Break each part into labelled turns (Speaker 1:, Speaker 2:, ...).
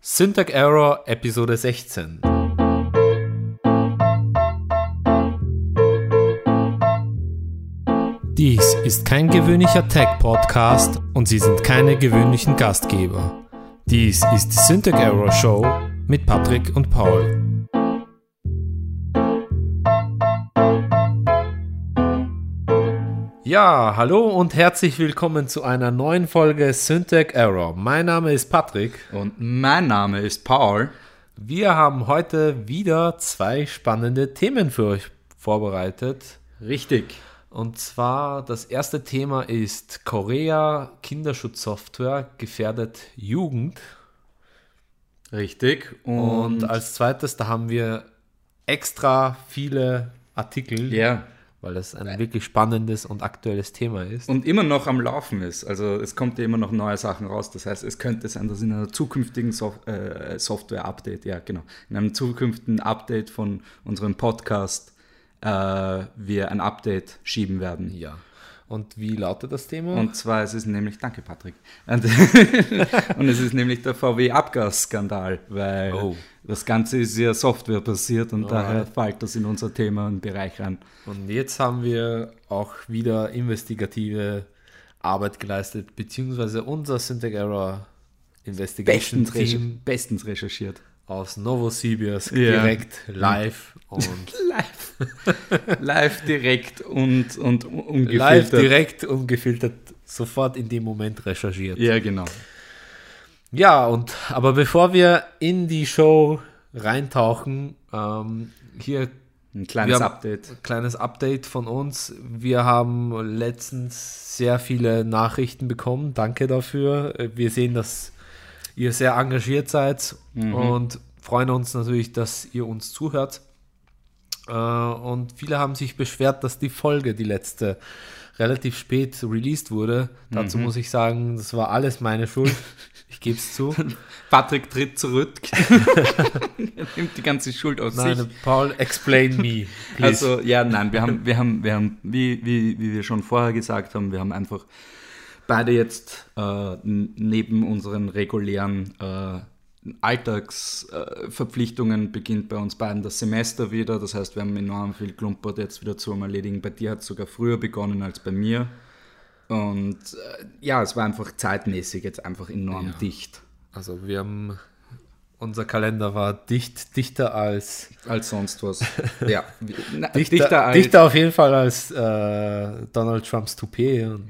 Speaker 1: Syntax Error Episode 16.
Speaker 2: Dies ist kein gewöhnlicher Tech-Podcast und Sie sind keine gewöhnlichen Gastgeber. Dies ist die Syntax Error Show mit Patrick und Paul.
Speaker 1: Ja, hallo und herzlich willkommen zu einer neuen Folge Syntax Error. Mein Name ist Patrick.
Speaker 3: Und mein Name ist Paul.
Speaker 1: Wir haben heute wieder zwei spannende Themen für euch vorbereitet.
Speaker 3: Richtig.
Speaker 1: Und zwar das erste Thema ist Korea Kinderschutzsoftware gefährdet Jugend.
Speaker 3: Richtig.
Speaker 1: Und als zweites, da haben wir extra viele Artikel,
Speaker 3: ja.
Speaker 1: weil das ein wirklich spannendes und aktuelles Thema ist.
Speaker 3: Und immer noch am Laufen ist. Also es kommt ja immer noch neue Sachen raus. Das heißt, es könnte sein, dass in einer zukünftigen Sof äh, Software-Update, ja genau, in einem zukünftigen Update von unserem Podcast äh, wir ein Update schieben werden.
Speaker 1: Ja. Und wie lautet das Thema?
Speaker 3: Und zwar es ist nämlich, danke Patrick, und, und es ist nämlich der VW-Abgasskandal, weil
Speaker 1: Oh.
Speaker 3: das Ganze ist ja softwarebasiert und daher
Speaker 1: Alright.
Speaker 3: fällt das in unser Thema und Bereich rein.
Speaker 1: Und jetzt haben wir auch wieder investigative Arbeit geleistet, beziehungsweise unser Syntax Error Investigation
Speaker 3: Bestens, recher
Speaker 1: Team
Speaker 3: bestens recherchiert.
Speaker 1: aus Novosibirsk
Speaker 3: Ja.
Speaker 1: direkt live und
Speaker 3: Live. Live direkt und, und un- ungefiltert.
Speaker 1: live direkt ungefiltert sofort in dem Moment recherchiert.
Speaker 3: Ja, genau.
Speaker 1: Ja, und aber bevor wir in die Show reintauchen, ähm, hier
Speaker 3: Ein kleines
Speaker 1: Wir haben-
Speaker 3: Update.
Speaker 1: kleines Update von uns. Wir haben letztens sehr viele Nachrichten bekommen. Danke dafür. Wir sehen, dass ihr sehr engagiert seid und freuen uns natürlich, dass ihr uns zuhört. Äh, Und viele haben sich beschwert, dass die Folge, die letzte, relativ spät released wurde. Dazu muss ich sagen, das war alles meine Schuld. Ich gebe es zu.
Speaker 3: Patrick tritt zurück. Er nimmt die ganze Schuld auf sich.
Speaker 1: Nein, Paul, explain me. please.
Speaker 3: Also, ja, nein, wir haben, wir haben, wir haben wie, wie, wie wir schon vorher gesagt haben, wir haben einfach beide jetzt äh, n- neben unseren regulären äh, Alltagsverpflichtungen äh, Verpflichtungen beginnt bei uns beiden das Semester wieder. Das heißt, wir haben enorm viel Klumpert jetzt wieder zu erledigen. Bei dir hat es sogar früher begonnen als bei mir. Und äh, ja, es war einfach zeitmäßig jetzt einfach enorm dicht
Speaker 1: Also wir haben, unser Kalender war dicht, dichter als,
Speaker 3: als sonst was. ja, wie- na,
Speaker 1: dichter, dichter, auf jeden Fall als äh, Donald Trumps Toupet und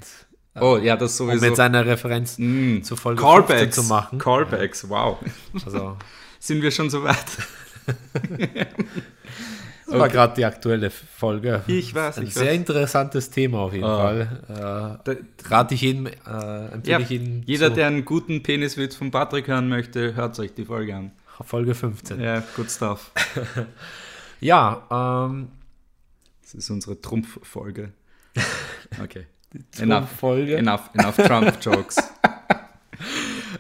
Speaker 3: Oh ja, das
Speaker 1: um
Speaker 3: sowieso. Mhm.
Speaker 1: mit seiner Referenz zur Folge 15
Speaker 3: Mm. Callbacks
Speaker 1: zu machen.
Speaker 3: Callbacks, wow.
Speaker 1: Also
Speaker 3: Sind wir schon so weit?
Speaker 1: das war gerade die aktuelle Folge.
Speaker 3: Ich weiß,
Speaker 1: Ein
Speaker 3: ich
Speaker 1: sehr
Speaker 3: weiß. Ah.
Speaker 1: interessantes Thema auf jeden Fall.
Speaker 3: Da-
Speaker 1: Äh, rate ich jedem, äh, empfehle
Speaker 3: Ja,
Speaker 1: ich jedem
Speaker 3: jeder,
Speaker 1: zu.
Speaker 3: der einen guten Peniswitz von Patrick hören möchte, hört euch die Folge an.
Speaker 1: Folge 15.
Speaker 3: Ja, good stuff.
Speaker 1: Ja, ähm,
Speaker 3: Das ist unsere Trumpf-Folge. Okay.
Speaker 1: Folge.
Speaker 3: Enough, enough Trump-Jokes.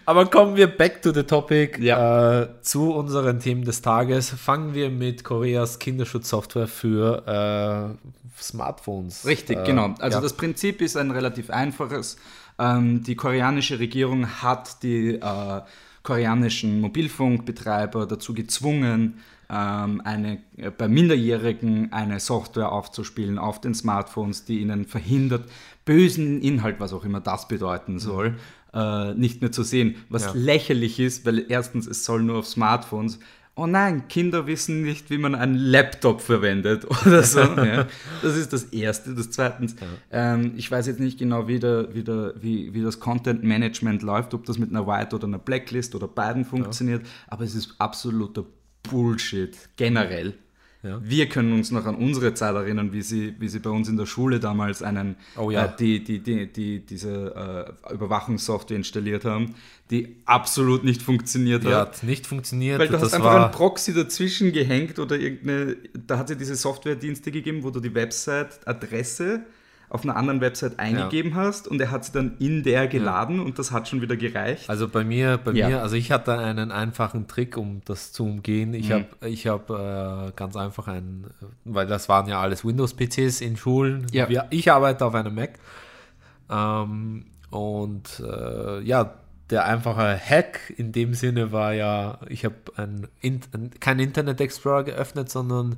Speaker 1: Aber kommen wir back to the topic äh,
Speaker 3: Ja.
Speaker 1: zu unseren Themen des Tages. Fangen wir mit Koreas Kinderschutzsoftware für äh, Smartphones.
Speaker 3: Richtig,
Speaker 1: äh,
Speaker 3: genau. Also
Speaker 1: ja.
Speaker 3: das Prinzip ist ein relativ einfaches. Ähm, die koreanische Regierung hat die äh, koreanischen Mobilfunkbetreiber dazu gezwungen, ähm, eine, äh, bei Minderjährigen eine Software aufzuspielen auf den Smartphones, die ihnen verhindert, bösen Inhalt, was auch immer das bedeuten soll, äh, nicht mehr zu sehen. Was
Speaker 1: Mhm. Ja.
Speaker 3: lächerlich ist, weil erstens, es soll nur auf Smartphones. Oh nein, Kinder wissen nicht, wie man einen Laptop verwendet oder so. ja. Das ist das Erste. Das Zweitens, ähm, ich weiß jetzt nicht genau, wie, der, wie, der, wie, wie das Content Management läuft, ob das mit einer White oder einer Blacklist oder beiden funktioniert, aber es ist absoluter Bullshit generell.
Speaker 1: Ja.
Speaker 3: Wir können uns noch an unsere Zeit erinnern, wie sie, wie sie bei uns in der Schule damals einen,
Speaker 1: Oh ja.
Speaker 3: äh, die, die, die, die diese äh, Überwachungssoftware installiert haben, die absolut nicht funktioniert
Speaker 1: Ja,
Speaker 3: hat.
Speaker 1: hat nicht funktioniert.
Speaker 3: Weil du hast
Speaker 1: das
Speaker 3: einfach einen
Speaker 1: war,
Speaker 3: Proxy dazwischen gehängt oder irgendeine, da hat es ja diese Softwaredienste gegeben, wo du die Website-Adresse auf einer anderen Website eingegeben hast und er hat sie dann in der geladen und das hat schon wieder gereicht.
Speaker 1: also bei mir, bei
Speaker 3: Ja.
Speaker 1: mir, also ich hatte einen einfachen Trick, um das zu umgehen. Ich
Speaker 3: Mhm.
Speaker 1: habe ich hab, äh, ganz einfach einen, weil das waren ja alles Windows-PCs in Schulen.
Speaker 3: Ja.
Speaker 1: Wir, ich arbeite auf einem Mac. Ähm, und äh, ja, der einfache Hack in dem Sinne war ja, ich habe ein, In- ein, kein Internet Explorer geöffnet, sondern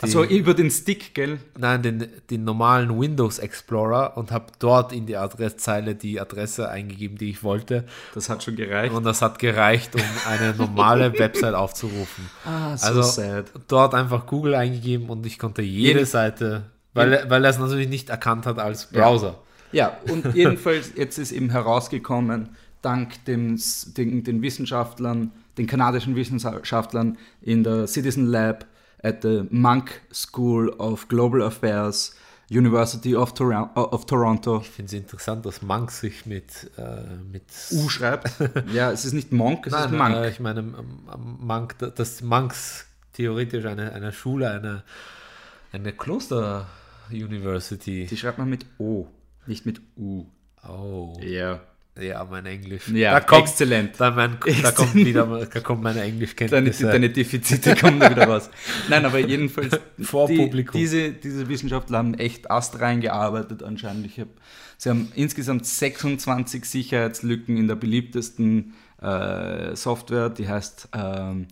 Speaker 1: die,
Speaker 3: Also über den Stick, gell?
Speaker 1: nein, den, den normalen Windows Explorer und habe dort in die Adresszeile die Adresse eingegeben, die ich wollte.
Speaker 3: Das hat schon gereicht.
Speaker 1: Und das hat gereicht, um eine normale Website aufzurufen.
Speaker 3: Ah, so
Speaker 1: Also
Speaker 3: sad.
Speaker 1: dort einfach Google eingegeben und ich konnte jede
Speaker 3: Jede-
Speaker 1: Seite, weil, er- weil er es natürlich nicht erkannt hat als Browser.
Speaker 3: Ja, und jedenfalls, jetzt ist eben herausgekommen, dank dem, S- den, den Wissenschaftlern, den kanadischen Wissenschaftlern in der Citizen Lab at the Monk School of Global Affairs, University of, Toron of Toronto.
Speaker 1: Ich finde es interessant, dass Monk sich mit, äh, mit
Speaker 3: U schreibt. Ja, es ist nicht Monk, es Uh, ist
Speaker 1: Nein,
Speaker 3: Monk.
Speaker 1: Äh, ich meine, ähm, ähm, Monk, d- dass Monks theoretisch eine, eine Schule, eine, eine Kloster-University.
Speaker 3: Die schreibt man mit O, nicht mit U.
Speaker 1: Oh,
Speaker 3: Ja.
Speaker 1: ja, mein Englisch.
Speaker 3: Ja,
Speaker 1: da kommt,
Speaker 3: exzellent.
Speaker 1: da, mein, da kommt wieder da kommt meine
Speaker 3: Deine,
Speaker 1: Englischkenntnisse.
Speaker 3: deine Defizite kommen da wieder raus. Nein, aber jedenfalls,
Speaker 1: Vor
Speaker 3: die,
Speaker 1: Publikum.
Speaker 3: Diese, diese Wissenschaftler haben echt astrein gearbeitet anscheinend. Ich hab, sie haben insgesamt 26 Sicherheitslücken in der beliebtesten äh, Software, die heißt ähm,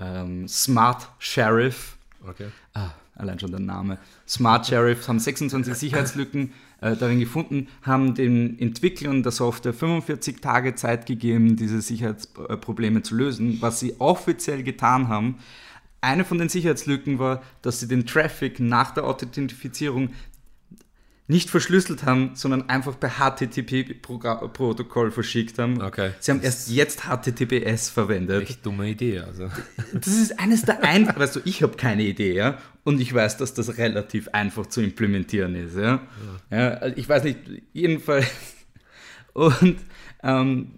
Speaker 3: ähm, Smart Sheriff.
Speaker 1: okay.
Speaker 3: Ah, allein schon der Name. Smart Sheriff haben 26 Sicherheitslücken äh, darin gefunden, haben den Entwicklern der Software 45 Tage Zeit gegeben, diese Sicherheitsprobleme zu lösen. Was sie offiziell getan haben, eine von den Sicherheitslücken war, dass sie den Traffic nach der Authentifizierung nicht verschlüsselt haben, sondern einfach per HTTP-Protokoll verschickt haben.
Speaker 1: Okay.
Speaker 3: Sie haben erst jetzt HTTPS verwendet.
Speaker 1: Echt dumme Idee. Also.
Speaker 3: Das ist eines der ein, weißt du, ich habe keine Idee, ja, und ich weiß, dass das relativ einfach zu implementieren ist, ja. ja. also ich weiß nicht, jedenfalls. Und ähm,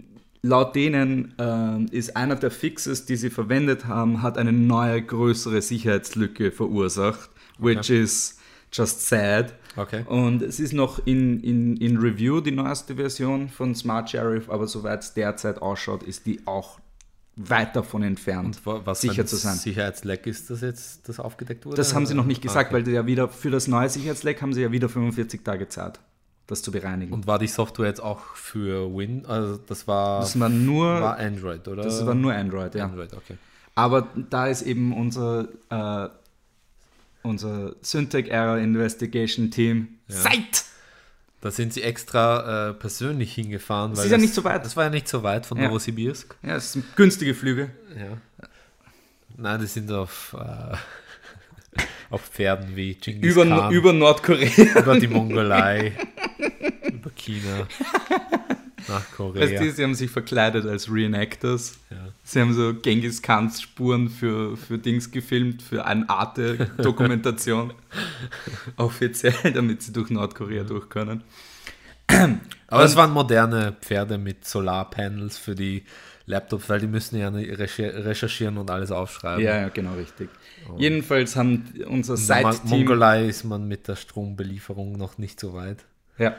Speaker 3: laut denen ähm, ist einer der Fixes, die sie verwendet haben, hat eine neue größere Sicherheitslücke verursacht, which is just sad.
Speaker 1: Okay.
Speaker 3: Und es ist noch in, in, in Review die neueste Version von Smart Sheriff, aber soweit es derzeit ausschaut, ist die auch weit davon entfernt,
Speaker 1: Wa- Was für
Speaker 3: sicher
Speaker 1: ein
Speaker 3: zu sein.
Speaker 1: Sicherheitsleck ist das jetzt, das aufgedeckt wurde?
Speaker 3: Das haben sie noch
Speaker 1: Ah,
Speaker 3: nicht gesagt, weil die ja wieder für das neue Sicherheitsleck haben sie ja wieder 45 Tage Zeit, das zu bereinigen.
Speaker 1: Und war die Software jetzt auch für Win? Also das war,
Speaker 3: das war nur,
Speaker 1: war Android, oder?
Speaker 3: das war nur Android, ja.
Speaker 1: Android, okay.
Speaker 3: Aber da ist eben unser, äh, unser Syntec Error Investigation Team seit
Speaker 1: Da sind sie extra äh, persönlich hingefahren.
Speaker 3: ist ja nicht so weit.
Speaker 1: Das war ja nicht so weit von
Speaker 3: Ja.
Speaker 1: Novosibirsk.
Speaker 3: ja, es sind günstige Flüge.
Speaker 1: Ja. Nein, die sind auf, äh, auf Pferden wie Genghis
Speaker 3: Über,
Speaker 1: Khan,
Speaker 3: über Nordkorea.
Speaker 1: über die Mongolei, über China, nach
Speaker 3: Weißt du,
Speaker 1: Korea.
Speaker 3: sie haben sich verkleidet als Reenactors.
Speaker 1: Ja.
Speaker 3: Sie haben so Genghis Khans Spuren für, für Dings gefilmt, für eine Arte-Dokumentation. Offiziell, damit sie durch Nordkorea durch können.
Speaker 1: Aber es waren moderne Pferde mit Solarpanels für die Laptops, weil die müssen ja recher- recherchieren und alles aufschreiben.
Speaker 3: Ja, ja, genau, richtig. Jedenfalls haben unser
Speaker 1: In der Mon-
Speaker 3: Side-Team.
Speaker 1: Mongolei ist man mit der Strombelieferung noch nicht so weit.
Speaker 3: Ja.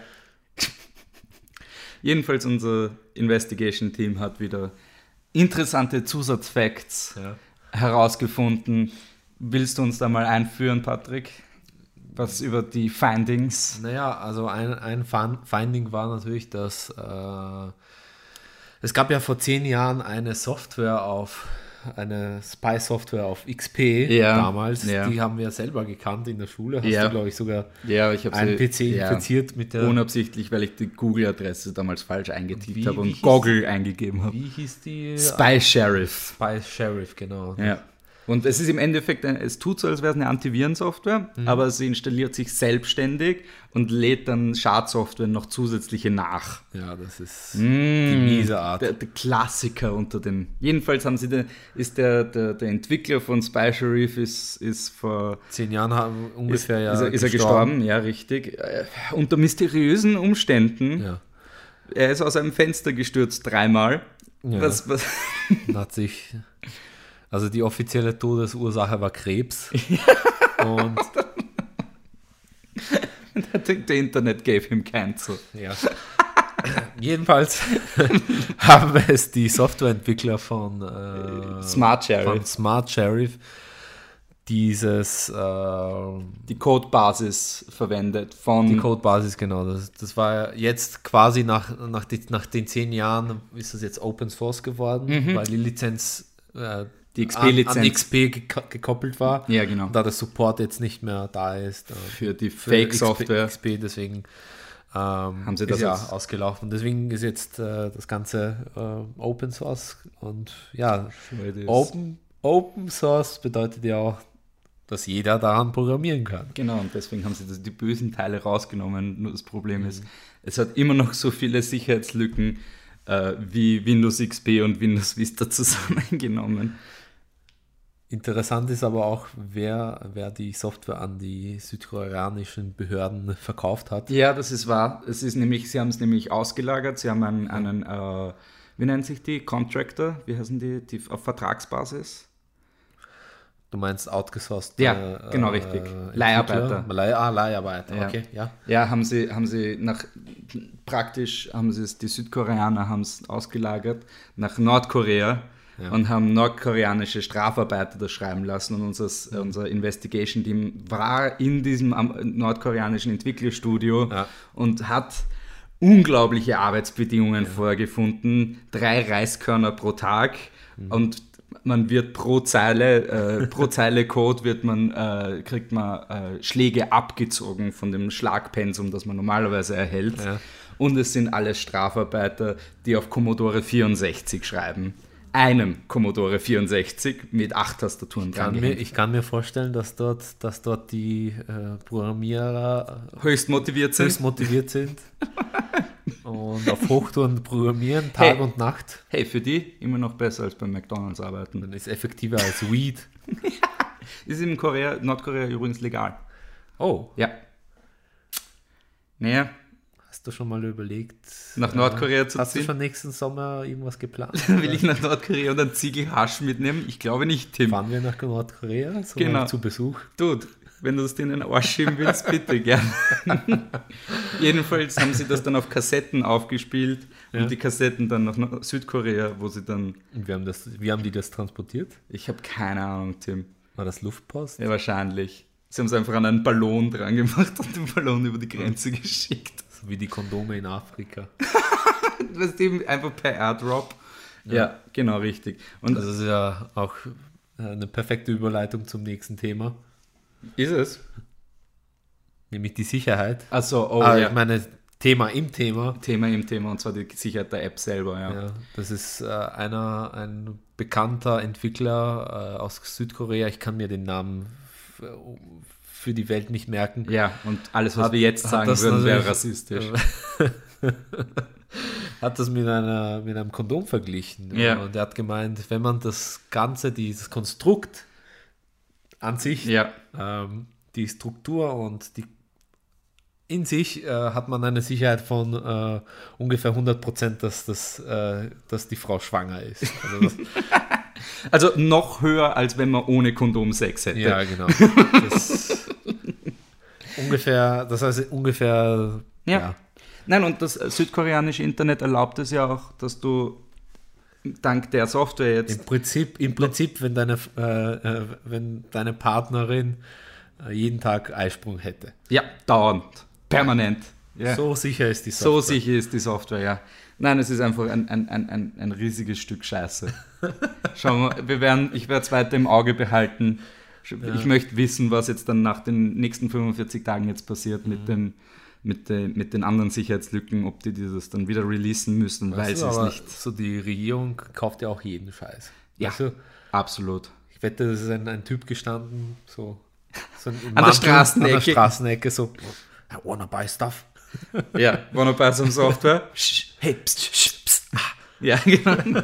Speaker 3: Jedenfalls unser Investigation-Team hat wieder interessante Zusatzfacts
Speaker 1: Ja.
Speaker 3: herausgefunden. Willst du uns da mal einführen, Patrick? Was über die Findings?
Speaker 1: Naja, also ein, ein Fin- Finding war natürlich, dass äh, es gab ja vor zehn Jahren eine Software auf, eine Spy-Software auf XP
Speaker 3: Ja,
Speaker 1: damals.
Speaker 3: ja.
Speaker 1: Die haben wir selber gekannt in der Schule. Hast
Speaker 3: Ja. Also,
Speaker 1: du, glaube ich, sogar
Speaker 3: Ja, ich habe
Speaker 1: einen PC infiziert mit der.
Speaker 3: Unabsichtlich, weil ich die Google-Adresse damals falsch eingetippt
Speaker 1: Wie-
Speaker 3: habe
Speaker 1: wie
Speaker 3: und
Speaker 1: hieß-
Speaker 3: Goggle eingegeben habe.
Speaker 1: wie hieß die?
Speaker 3: Spy Sheriff.
Speaker 1: Spy Sheriff, genau.
Speaker 3: Ja. Und es ist im Endeffekt, ein, es tut so, als wäre es eine Antivirensoftware,
Speaker 1: Mhm.
Speaker 3: aber sie installiert sich selbstständig und lädt dann Schadsoftware noch zusätzliche nach.
Speaker 1: Ja, das ist die miese Art.
Speaker 3: Mm. Der, der Klassiker unter den. Jedenfalls haben sie den, ist der, der, der Entwickler von Spy Sheriff ist, ist vor
Speaker 1: zehn Jahren haben
Speaker 3: ist,
Speaker 1: ungefähr ja
Speaker 3: ist, er, ist er gestorben, ja, richtig. Äh, unter mysteriösen Umständen.
Speaker 1: Ja.
Speaker 3: Er ist aus einem Fenster gestürzt dreimal.
Speaker 1: Ja.
Speaker 3: Was, was,
Speaker 1: Und hat sich. Also die offizielle Todesursache war Krebs. Und
Speaker 3: der Internet gave him cancer.
Speaker 1: Ja. Jedenfalls haben es die Softwareentwickler von, äh,
Speaker 3: Smart Sheriff.
Speaker 1: von Smart Sheriff, dieses, äh,
Speaker 3: die Codebasis verwendet von
Speaker 1: die Codebasis, genau. Das, das war ja jetzt quasi nach, nach, die, nach den zehn Jahren ist das jetzt Open Source geworden, weil die Lizenz, äh,
Speaker 3: Mhm. Die
Speaker 1: an, an
Speaker 3: XP-Lizenz.
Speaker 1: XP geko- gekoppelt war.
Speaker 3: Ja, genau.
Speaker 1: Und da der Support jetzt nicht mehr da ist. äh,
Speaker 3: für die
Speaker 1: für
Speaker 3: Fake-Software.
Speaker 1: XP, XP, deswegen ähm,
Speaker 3: Haben sie
Speaker 1: ist
Speaker 3: das
Speaker 1: ja
Speaker 3: jetzt-
Speaker 1: ausgelaufen. Deswegen ist jetzt äh, das Ganze äh, Open Source und ja, Open, Open Source bedeutet ja auch, dass jeder daran programmieren kann.
Speaker 3: Genau, und deswegen haben sie das, die bösen Teile rausgenommen. Nur das Problem ist, es hat immer noch so viele Sicherheitslücken äh, wie Windows XP und Windows Vista zusammengenommen.
Speaker 1: Interessant ist aber auch, wer, wer die Software an die südkoreanischen Behörden verkauft hat.
Speaker 3: Ja, das ist wahr. Es ist nämlich, sie haben es nämlich ausgelagert. Sie haben einen, einen äh, wie nennt sich die? Contractor? Wie heißen die? die auf Vertragsbasis?
Speaker 1: Du meinst outgesourced. äh,
Speaker 3: Ja, genau richtig.
Speaker 1: Entwickler?
Speaker 3: Leiharbeiter.
Speaker 1: Leih, ah, Leiharbeiter,
Speaker 3: Ja.
Speaker 1: okay, ja.
Speaker 3: Ja, haben sie, haben sie nach praktisch haben sie es, die Südkoreaner haben es ausgelagert nach Nordkorea und haben nordkoreanische Strafarbeiter das schreiben lassen und unser, unser Investigation Team war in diesem am- nordkoreanischen Entwicklerstudio
Speaker 1: Ja.
Speaker 3: und hat unglaubliche Arbeitsbedingungen vorgefunden, drei Reiskörner pro Tag
Speaker 1: Mhm.
Speaker 3: und man wird pro Zeile, äh, pro Zeile Code wird man, äh, kriegt man äh, Schläge abgezogen von dem Schlagpensum, das man normalerweise erhält. Und es sind alles Strafarbeiter, die auf Commodore 64 schreiben. Einem Commodore 64 mit acht Tastaturen
Speaker 1: Kann
Speaker 3: dran.
Speaker 1: mir, ich kann mir vorstellen, dass dort, dass dort die äh, Programmierer
Speaker 3: Höchst motiviert sind.
Speaker 1: höchst motiviert sind und auf Hochtouren programmieren, Tag
Speaker 3: Hey.
Speaker 1: und Nacht.
Speaker 3: Hey, für die immer noch besser als beim McDonalds arbeiten.
Speaker 1: Dann ist effektiver als Weed.
Speaker 3: Ist in Korea, Nordkorea übrigens legal.
Speaker 1: Oh,
Speaker 3: Ja. Naja,
Speaker 1: hast du schon mal überlegt,
Speaker 3: nach Nordkorea zu
Speaker 1: Äh, hast du
Speaker 3: ziehen?
Speaker 1: schon nächsten Sommer irgendwas geplant?
Speaker 3: Will ich nach Nordkorea und dann Ziegelhasch mitnehmen? Ich glaube nicht, Tim.
Speaker 1: Fahren wir nach Nordkorea so
Speaker 3: Genau.
Speaker 1: mal zu Besuch?
Speaker 3: Dude, wenn du es dir in den Arsch schieben willst, bitte, gern. Jedenfalls haben sie das dann auf Kassetten aufgespielt und die Kassetten dann nach Nord- Südkorea, wo sie dann.
Speaker 1: Und wir haben, das, wie haben die das transportiert?
Speaker 3: Ich habe keine Ahnung, Tim.
Speaker 1: War das Luftpost?
Speaker 3: Ja, wahrscheinlich. Sie haben es einfach an einen Ballon dran gemacht und den Ballon über die Grenze geschickt.
Speaker 1: So wie die Kondome in Afrika.
Speaker 3: Das ist eben einfach per Airdrop. Ja, genau, richtig. Und
Speaker 1: Das ist ja auch Äh, eine perfekte Überleitung zum nächsten Thema,
Speaker 3: ist es?
Speaker 1: nämlich die Sicherheit.
Speaker 3: Also, oh
Speaker 1: ah,
Speaker 3: ja.
Speaker 1: ich meine, Thema im Thema.
Speaker 3: Thema im Thema und zwar die Sicherheit der App selber, ja.
Speaker 1: Ja, das ist äh, einer, ein bekannter Entwickler äh, aus Südkorea. Ich kann mir den Namen f- äh, um, für die Welt nicht merken.
Speaker 3: Ja, und alles, was wir Also jetzt
Speaker 1: hat
Speaker 3: sagen
Speaker 1: das
Speaker 3: würden, wäre
Speaker 1: natürlich-
Speaker 3: rassistisch.
Speaker 1: Hat das mit, einer, mit einem Kondom verglichen.
Speaker 3: Ja.
Speaker 1: Und er hat gemeint, wenn man das Ganze, dieses Konstrukt an sich,
Speaker 3: Ja,
Speaker 1: ähm, die Struktur und die in sich äh, hat man eine Sicherheit von äh, ungefähr 100%, dass, das, äh, dass die Frau schwanger ist. Also das,
Speaker 3: also noch höher, als wenn man ohne Kondom Sex hätte.
Speaker 1: Ja, genau. Das ungefähr, das heißt ungefähr,
Speaker 3: Ja. Nein, und das südkoreanische Internet erlaubt es ja auch, dass du dank der Software jetzt
Speaker 1: Im Prinzip, im Prinzip, wenn deine, äh, äh, wenn deine Partnerin äh, jeden Tag Eisprung hätte.
Speaker 3: ja dauernd, permanent. Ja.
Speaker 1: So sicher ist die Sache.
Speaker 3: So sicher ist die Software, ja. Nein, es ist einfach ein, ein, ein, ein, ein riesiges Stück Scheiße. Schauen wir, wir werden, ich werde es weiter im Auge behalten. Ich möchte wissen, was jetzt dann nach den nächsten 45 Tagen jetzt passiert mit, dem, mit, den, mit den anderen Sicherheitslücken, ob die dieses dann wieder releasen müssen, weil sie es nicht.
Speaker 1: So die Regierung kauft ja auch jeden Scheiß.
Speaker 3: Ja.
Speaker 1: Weißt du,
Speaker 3: Absolut.
Speaker 1: ich wette, das ist ein, ein Typ gestanden, so, so ein
Speaker 3: der Straßenecke.
Speaker 1: An der Straßenecke, so, I wanna buy stuff.
Speaker 3: Ja, wanna buy some software? Shh, hey, pst, pst, pst. ah. Ja, genau.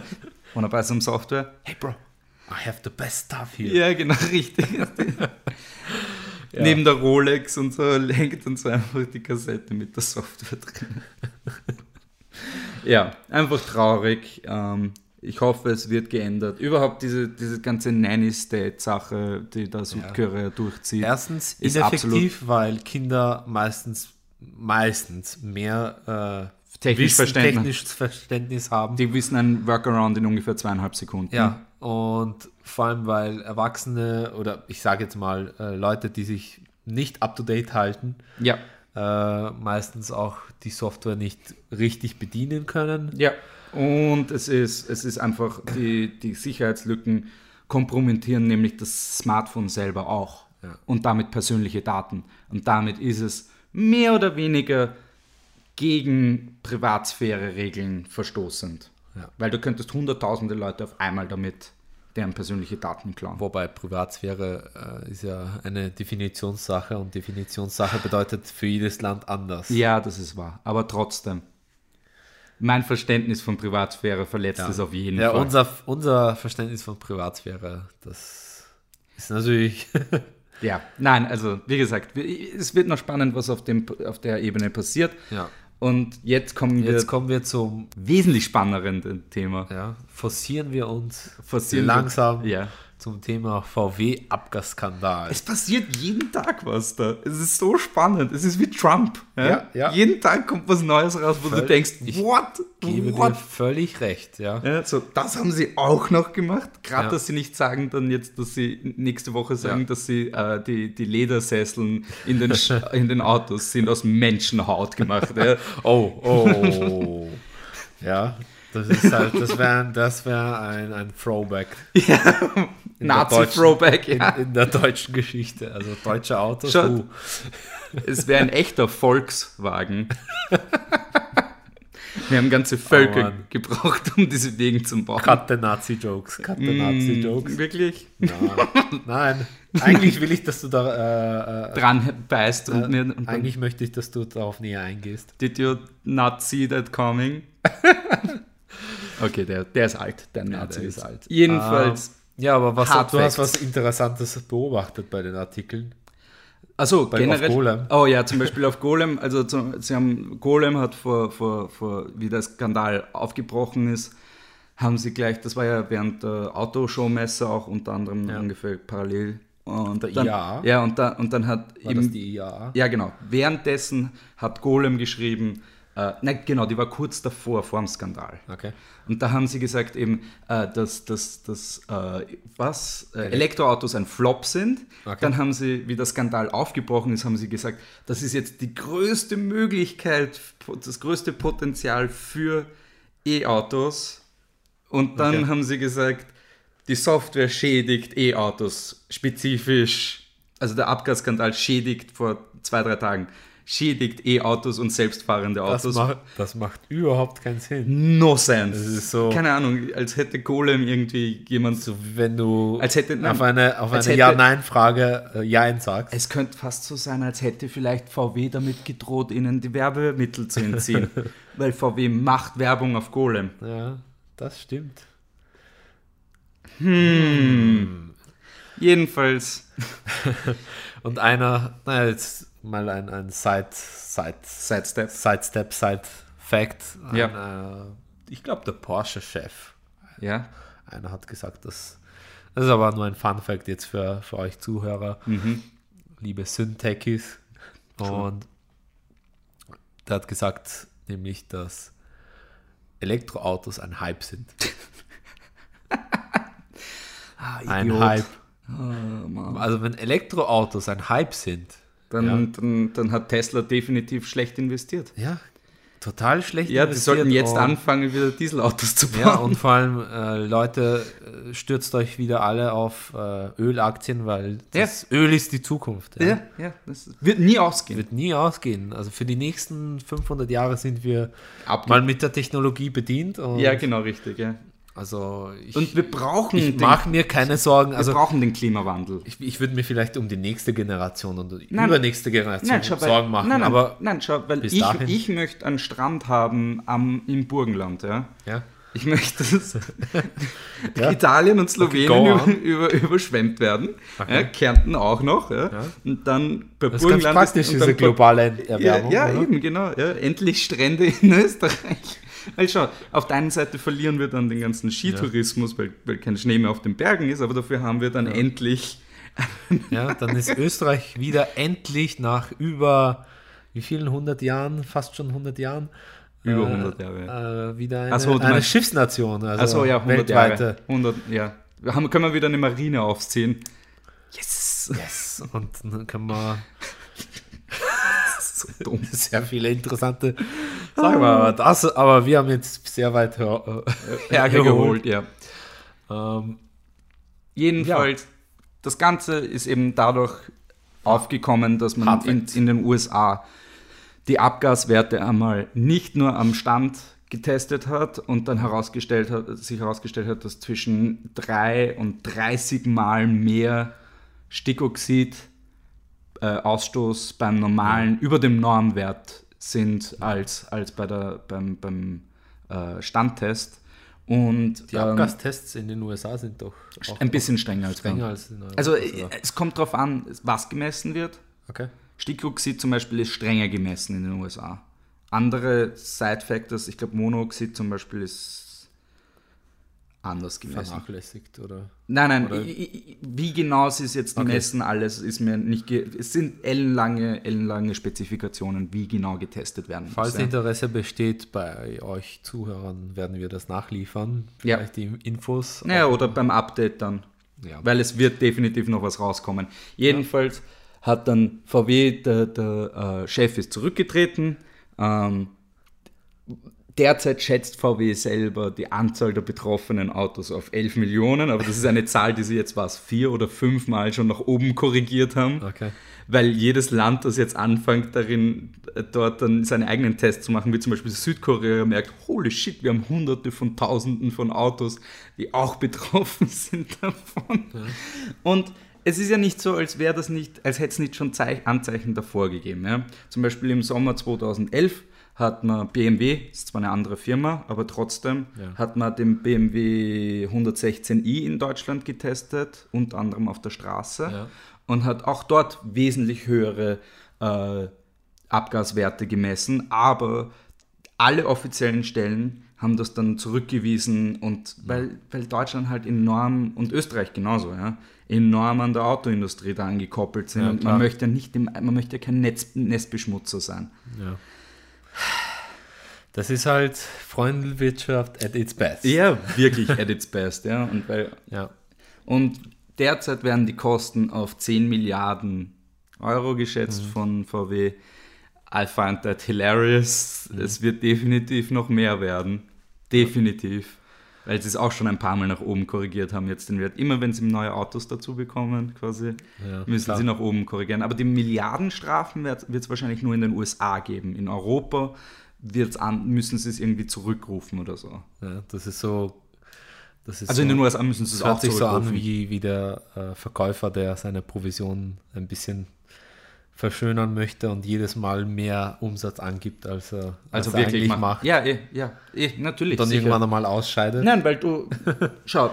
Speaker 3: wanna buy some software?
Speaker 1: Hey, Bro, I have the best stuff here.
Speaker 3: Ja, genau, richtig. Neben der Rolex und so hängt dann so einfach die Kassette mit der Software drin. ja, einfach traurig. Ähm, ich hoffe, es wird geändert. Überhaupt diese, diese ganze Nanny-State-Sache, die da Südkorea durchzieht.
Speaker 1: Erstens
Speaker 3: Ist
Speaker 1: ineffektiv, weil Kinder meistens meistens mehr äh, technisches
Speaker 3: Verständnis.
Speaker 1: technisches Verständnis haben.
Speaker 3: Die Mhm. wissen einen Workaround in ungefähr zweieinhalb Sekunden.
Speaker 1: Ja, und vor allem, weil Erwachsene oder ich sage jetzt mal äh, Leute, die sich nicht up-to-date halten,
Speaker 3: Ja.
Speaker 1: äh, meistens auch die Software nicht richtig bedienen können.
Speaker 3: Ja. Und es ist, es ist einfach, die, die Sicherheitslücken kompromittieren nämlich das Smartphone selber auch. Und damit persönliche Daten. Und damit ist es mehr oder weniger gegen Privatsphäre-Regeln verstoßend.
Speaker 1: Ja.
Speaker 3: Weil du könntest hunderttausende Leute auf einmal damit deren persönliche Daten klauen.
Speaker 1: Wobei Privatsphäre äh, ist ja eine Definitionssache und Definitionssache bedeutet für jedes Land anders.
Speaker 3: Ja, das ist wahr. Aber trotzdem. Mein Verständnis von Privatsphäre verletzt es auf jeden
Speaker 1: Ja,
Speaker 3: Fall.
Speaker 1: unser, unser Verständnis von Privatsphäre, das ist natürlich
Speaker 3: Ja, nein, also wie gesagt, wir- es wird noch spannend, was auf, dem, auf der Ebene passiert.
Speaker 1: Ja.
Speaker 3: Und jetzt kommen wir
Speaker 1: Jetzt kommen wir zum,
Speaker 3: wesentlich spannenderen Thema.
Speaker 1: ja, forcieren wir uns
Speaker 3: Forcieren wir-
Speaker 1: langsam
Speaker 3: Ja.
Speaker 1: zum Thema VW-Abgasskandal.
Speaker 3: Es passiert jeden Tag was da. Es ist so spannend. Es ist wie Trump.
Speaker 1: Ja, ja.
Speaker 3: Jeden Tag kommt was Neues raus, wo du
Speaker 1: Völlig-
Speaker 3: denkst,
Speaker 1: ich
Speaker 3: what?
Speaker 1: gebe dir
Speaker 3: what?
Speaker 1: völlig recht, ja.
Speaker 3: Ja, so, das haben sie auch noch gemacht. Gerade,
Speaker 1: Ja.
Speaker 3: dass sie nicht sagen, dann jetzt, dass sie nächste Woche sagen,
Speaker 1: Ja.
Speaker 3: dass sie äh, die, die Ledersesseln in den, Sch- in den Autos sind aus Menschenhaut gemacht. Ja.
Speaker 1: Oh, oh. ja, das ist halt, das wäre das wär ein, ein Throwback der
Speaker 3: Nazi-Throwback,
Speaker 1: in,
Speaker 3: ja.
Speaker 1: in der deutschen Geschichte. Also deutsche Autos.
Speaker 3: Schaut.
Speaker 1: Uh,
Speaker 3: Es wäre ein echter Volkswagen. Wir haben ganze Völker
Speaker 1: Oh Mann.
Speaker 3: gebraucht, um diese Wegen zu bauen.
Speaker 1: cut the Nazi-Jokes. Cut the Nazi-Jokes.
Speaker 3: Wirklich?
Speaker 1: Nein. Nein. Eigentlich will ich, dass du da. Äh, äh,
Speaker 3: Dran beißt und mir und dann,
Speaker 1: eigentlich möchte ich, dass du darauf näher eingehst.
Speaker 3: Did you not see that coming? okay, der, der ist alt. Der Nazi
Speaker 1: der
Speaker 3: ist
Speaker 1: ist-
Speaker 3: alt. Ah. Jedenfalls.
Speaker 1: Ähm, ja, aber was,
Speaker 3: Hard
Speaker 1: du hast
Speaker 3: Facts.
Speaker 1: was Interessantes beobachtet bei den Artikeln. Ah,
Speaker 3: Also
Speaker 1: Bei- auf
Speaker 3: generell.
Speaker 1: Golem.
Speaker 3: Oh ja, zum Beispiel auf Golem. Also zum, sie haben Golem hat vor, vor, vor, wie der Skandal aufgebrochen ist, haben sie gleich. Das war ja während der Autoshow-Messe auch unter anderem ungefähr parallel. Und der dann,
Speaker 1: IAA?
Speaker 3: Ja, und dann und dann hat
Speaker 1: War das die IAA?
Speaker 3: ja genau. Währenddessen hat Golem geschrieben. Äh, nein, genau, die war kurz davor vor dem Skandal.
Speaker 1: Okay.
Speaker 3: Und da haben sie gesagt eben, äh, dass, dass, dass äh, was, äh, Elektroautos ein Flop sind.
Speaker 1: Okay.
Speaker 3: Dann haben sie, wie der Skandal aufgebrochen ist, haben sie gesagt, das ist jetzt die größte Möglichkeit, das größte Potenzial für E-Autos. Und dann
Speaker 1: Okay.
Speaker 3: haben sie gesagt, die Software schädigt E-Autos spezifisch. Also der Abgasskandal schädigt vor zwei, drei Tagen, schädigt E-Autos und selbstfahrende
Speaker 1: Das,
Speaker 3: Autos.
Speaker 1: macht, das macht überhaupt keinen Sinn.
Speaker 3: No sense.
Speaker 1: Das ist so-
Speaker 3: Keine Ahnung, als hätte Golem irgendwie jemand so.
Speaker 1: So, wenn du
Speaker 3: Als hätte- nein,
Speaker 1: auf eine, auf eine
Speaker 3: als hätte-
Speaker 1: Ja-Nein-Frage äh, Ja sagst.
Speaker 3: Es könnte fast so sein, als hätte vielleicht VW damit gedroht, ihnen die Werbemittel zu entziehen. weil VW macht Werbung auf Golem.
Speaker 1: Ja, das stimmt.
Speaker 3: Jedenfalls.
Speaker 1: Und einer, naja, jetzt mal ein, ein Side, Side,
Speaker 3: Sidestep.
Speaker 1: Sidestep, Side-Fact. Ein,
Speaker 3: Ja.
Speaker 1: Äh, ich glaube, der Porsche-Chef,
Speaker 3: Ja.
Speaker 1: einer hat gesagt, dass, das ist aber nur ein Fun-Fact jetzt für, für euch Zuhörer,
Speaker 3: Mhm.
Speaker 1: liebe Syntechis. Und der hat gesagt, nämlich, dass Elektroautos ein Hype sind.
Speaker 3: Ah,
Speaker 1: Ein
Speaker 3: Idiot.
Speaker 1: Hype.
Speaker 3: Oh, Mann.
Speaker 1: Also wenn Elektroautos ein Hype sind,
Speaker 3: Dann, dann, dann hat Tesla definitiv schlecht investiert.
Speaker 1: ja, total schlecht.
Speaker 3: Ja, die sollten jetzt
Speaker 1: und,
Speaker 3: anfangen, wieder Dieselautos zu bauen.
Speaker 1: Ja, und vor allem, äh, Leute, äh, stürzt euch wieder alle auf äh, Ölaktien, weil das Öl ist die Zukunft.
Speaker 3: ja, ja, das wird nie ausgehen.
Speaker 1: Wird nie ausgehen. Also für die nächsten 500 Jahre sind wir
Speaker 3: Abge-
Speaker 1: mal mit der Technologie bedient. Und
Speaker 3: ja, genau, richtig. Ja.
Speaker 1: Also ich,
Speaker 3: Und wir brauchen,
Speaker 1: ich mache mir keine Sorgen.
Speaker 3: wir
Speaker 1: Also
Speaker 3: brauchen den Klimawandel.
Speaker 1: ich, ich würde mir vielleicht um die nächste Generation und die
Speaker 3: Nein.
Speaker 1: übernächste Generation
Speaker 3: Nein, schau, weil,
Speaker 1: Sorgen machen.
Speaker 3: Nein, nein,
Speaker 1: aber
Speaker 3: nein, schau, weil
Speaker 1: bis
Speaker 3: ich,
Speaker 1: dahin-
Speaker 3: ich möchte einen Strand haben am, im Burgenland, ja.
Speaker 1: ja,
Speaker 3: Ich möchte, dass
Speaker 1: Ja.
Speaker 3: Italien und
Speaker 1: Go
Speaker 3: Slowenien
Speaker 1: on.
Speaker 3: über, über, überschwemmt werden.
Speaker 1: Okay.
Speaker 3: Ja, Kärnten auch noch. Ja. Und dann bei
Speaker 1: das ist ganz praktisch,
Speaker 3: und
Speaker 1: diese
Speaker 3: dann bei-
Speaker 1: globale Erwärmung.
Speaker 3: Ja,
Speaker 1: oder?
Speaker 3: ja eben, genau. Ja. Endlich Strände in Österreich. Weil schau, auf der einen Seite verlieren wir dann den ganzen Skitourismus, weil, weil kein Schnee mehr auf den Bergen ist, aber dafür haben wir dann endlich
Speaker 1: Ja, dann ist Österreich wieder endlich nach über wie vielen hundert Jahren, fast schon hundert Jahren,
Speaker 3: Über 100 Jahre.
Speaker 1: Äh, wieder eine,
Speaker 3: Ach so, du
Speaker 1: eine
Speaker 3: meinst-
Speaker 1: Schiffsnation. Also
Speaker 3: Achso, ja, 100
Speaker 1: weltweite.
Speaker 3: Jahre. 100, ja. Wir haben, können wir wieder eine Marine aufziehen? Yes!
Speaker 1: Yes. Und dann kann man
Speaker 3: So dumm.
Speaker 1: sehr viele interessante Sagen wir aber das, aber wir haben jetzt sehr weit her, äh, hergeholt.
Speaker 3: Hergeholt, ja.
Speaker 1: Ähm,
Speaker 3: Jedenfalls, das Ganze ist eben dadurch aufgekommen, dass man in,
Speaker 1: Perfekt.
Speaker 3: in den USA die Abgaswerte einmal nicht nur am Stand getestet hat und dann herausgestellt hat, sich herausgestellt hat, dass zwischen 3 und 30 Mal mehr Stickoxid äh, Ausstoß beim normalen, über dem Normwert sind als, als bei der, beim, beim äh, Standtest. Und
Speaker 1: die
Speaker 3: ähm,
Speaker 1: Abgastests in den USA sind doch auch
Speaker 3: ein bisschen strenger als bei uns.
Speaker 1: strenger als in Europa.
Speaker 3: Also äh, es kommt darauf an, was gemessen wird.
Speaker 1: okay.
Speaker 3: Stickoxid zum Beispiel ist strenger gemessen in den USA. Andere Side Factors, ich glaube Monooxid zum Beispiel ist anders gemessen.
Speaker 1: vernachlässigt oder
Speaker 3: Nein, nein, i- i- i- wie genau sie es jetzt gemessen, alles ist mir nicht. Ge es sind ellenlange, ellenlange Spezifikationen, wie genau getestet werden
Speaker 1: Falls
Speaker 3: muss. Ja.
Speaker 1: Interesse besteht bei euch Zuhörern, werden wir das nachliefern.
Speaker 3: Ja.
Speaker 1: Vielleicht die Infos.
Speaker 3: Naja, oder beim Update dann.
Speaker 1: Ja.
Speaker 3: Weil es wird definitiv noch was rauskommen. Jedenfalls hat dann VW, der, der äh, Chef ist zurückgetreten. Ähm, derzeit schätzt VW selber die Anzahl der betroffenen Autos auf 11 Millionen, aber das ist eine Zahl, die sie jetzt was vier oder fünfmal schon nach oben korrigiert haben.
Speaker 1: Okay.
Speaker 3: Weil jedes Land, das jetzt anfängt, darin äh, dort dann seine eigenen Tests zu machen, wie zum Beispiel Südkorea, merkt, holy shit, wir haben hunderte von tausenden von Autos, die auch betroffen sind davon. Und es ist ja nicht so, als wäre das nicht, als hätte es nicht schon Zeich Anzeichen davor gegeben. Ja? Zum Beispiel im Sommer 2011 hat man BMW, ist zwar eine andere Firma, aber trotzdem hat man den BMW 116i in Deutschland getestet, unter anderem auf der Straße
Speaker 1: Ja.
Speaker 3: und hat auch dort wesentlich höhere äh, Abgaswerte gemessen, aber alle offiziellen Stellen haben das dann zurückgewiesen und weil, weil Deutschland halt enorm und Österreich genauso, ja, enorm an der Autoindustrie da angekoppelt sind und man möchte nicht im, man möchte kein Netz, Nestbeschmutzer sein.
Speaker 1: Ja. Das ist halt Freundwirtschaft at its best.
Speaker 3: Ja, wirklich at its best, ja. Und, weil,
Speaker 1: Ja.
Speaker 3: und derzeit werden die Kosten auf 10 Milliarden Euro geschätzt
Speaker 1: Mhm.
Speaker 3: von VW. I find that hilarious.
Speaker 1: Mhm.
Speaker 3: Es wird definitiv noch mehr werden. Definitiv. Weil sie es auch schon ein paar Mal nach oben korrigiert haben, jetzt den Wert. Immer wenn sie neue Autos dazu bekommen, quasi,
Speaker 1: Ja,
Speaker 3: müssen
Speaker 1: klar.
Speaker 3: sie nach oben korrigieren. Aber die Milliardenstrafen wird es wahrscheinlich nur in den USA geben. In Europa wird's an, müssen sie es irgendwie zurückrufen oder so.
Speaker 1: Ja, das ist so. Das ist
Speaker 3: Also in
Speaker 1: so,
Speaker 3: den USA müssen sie es
Speaker 1: das
Speaker 3: auch
Speaker 1: hört sich so an
Speaker 3: zurückrufen.
Speaker 1: wie, wie der äh, Verkäufer, der seine Provision ein bisschen verschönern möchte und jedes Mal mehr Umsatz angibt, als er, als
Speaker 3: also
Speaker 1: er
Speaker 3: wirklich
Speaker 1: eigentlich
Speaker 3: machen.
Speaker 1: macht.
Speaker 3: Ja, eh, ja, eh, natürlich.
Speaker 1: Dann
Speaker 3: sicher.
Speaker 1: irgendwann einmal ausscheidet.
Speaker 3: Nein, weil du, schau,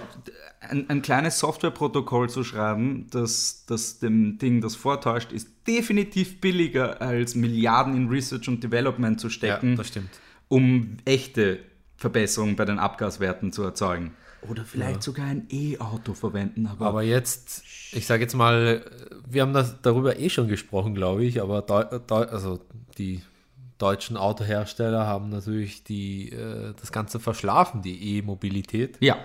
Speaker 3: ein, ein kleines Softwareprotokoll zu schreiben, das, das dem Ding das vortäuscht, ist definitiv billiger als Milliarden in Research und Development zu stecken,
Speaker 1: stimmt.
Speaker 3: um echte Verbesserungen bei den Abgaswerten zu erzeugen. Oder vielleicht sogar ein E-Auto verwenden, aber,
Speaker 1: Aber jetzt, ich sage jetzt mal, wir haben das darüber eh schon gesprochen, glaube ich, aber Deu Deu also die deutschen Autohersteller haben natürlich die, äh, das Ganze verschlafen, die E-Mobilität,
Speaker 3: ja,